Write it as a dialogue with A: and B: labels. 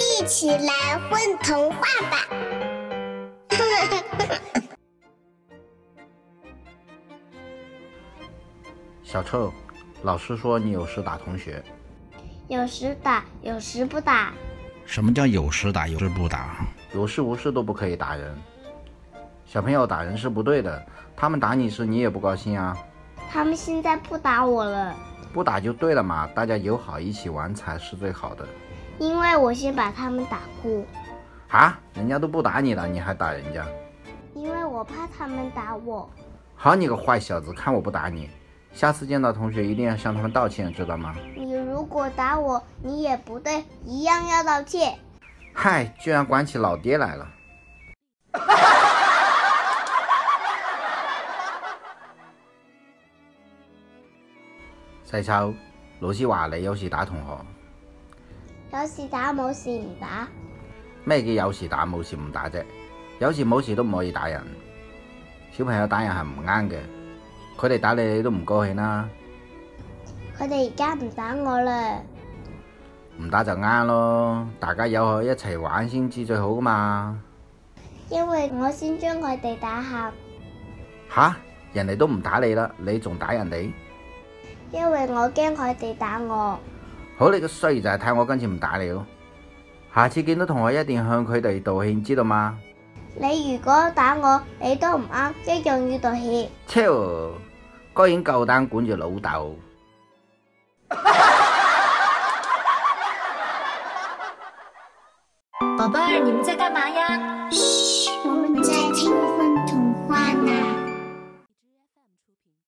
A: 一起来混童话吧！
B: 小臭，老师说你有时打同学，
C: 有时打，有时不打。
D: 什么叫有时打，有时不打？
B: 有事无事都不可以打人。小朋友打人是不对的，他们打你时你也不高兴啊，
C: 他们现在不打我了，
B: 不打就对了嘛，大家友好一起玩才是最好的。
C: 因为我先把他们打过，
B: 啊，人家都不打你了，你还打人家？
C: 因为我怕他们打我。
B: 好你个坏小子，看我不打你！下次见到同学一定要向他们道歉，知道吗？
C: 你如果打我，你也不对，一样要道歉。
B: 嗨，居然管起老爹来了。 細秋，老師話你有時打同學，
C: 有事打，冇事唔打。
B: 咩叫有時打冇時唔打啫？有時冇時都唔可以打人。小朋友打人係唔啱嘅，佢哋打你你都唔高興啦，
C: 佢哋而家唔打我啦，
B: 唔打就啱咯。大家友好一齊玩先至最好噶嘛。
C: 因為我先將佢哋打喊，
B: 吓，人哋都唔打你啦，你仲打人哋？
C: 因為我驚佢哋打我。
B: 好你個衰仔，睇我今次唔打你咯。下次見到同學一定向佢哋道歉，知道嗎？
C: 你如果打我，你都唔啱，一樣要道歉。
B: 超，居然夠膽管住老豆！
E: 宝贝儿，你们在干嘛呀？嘘，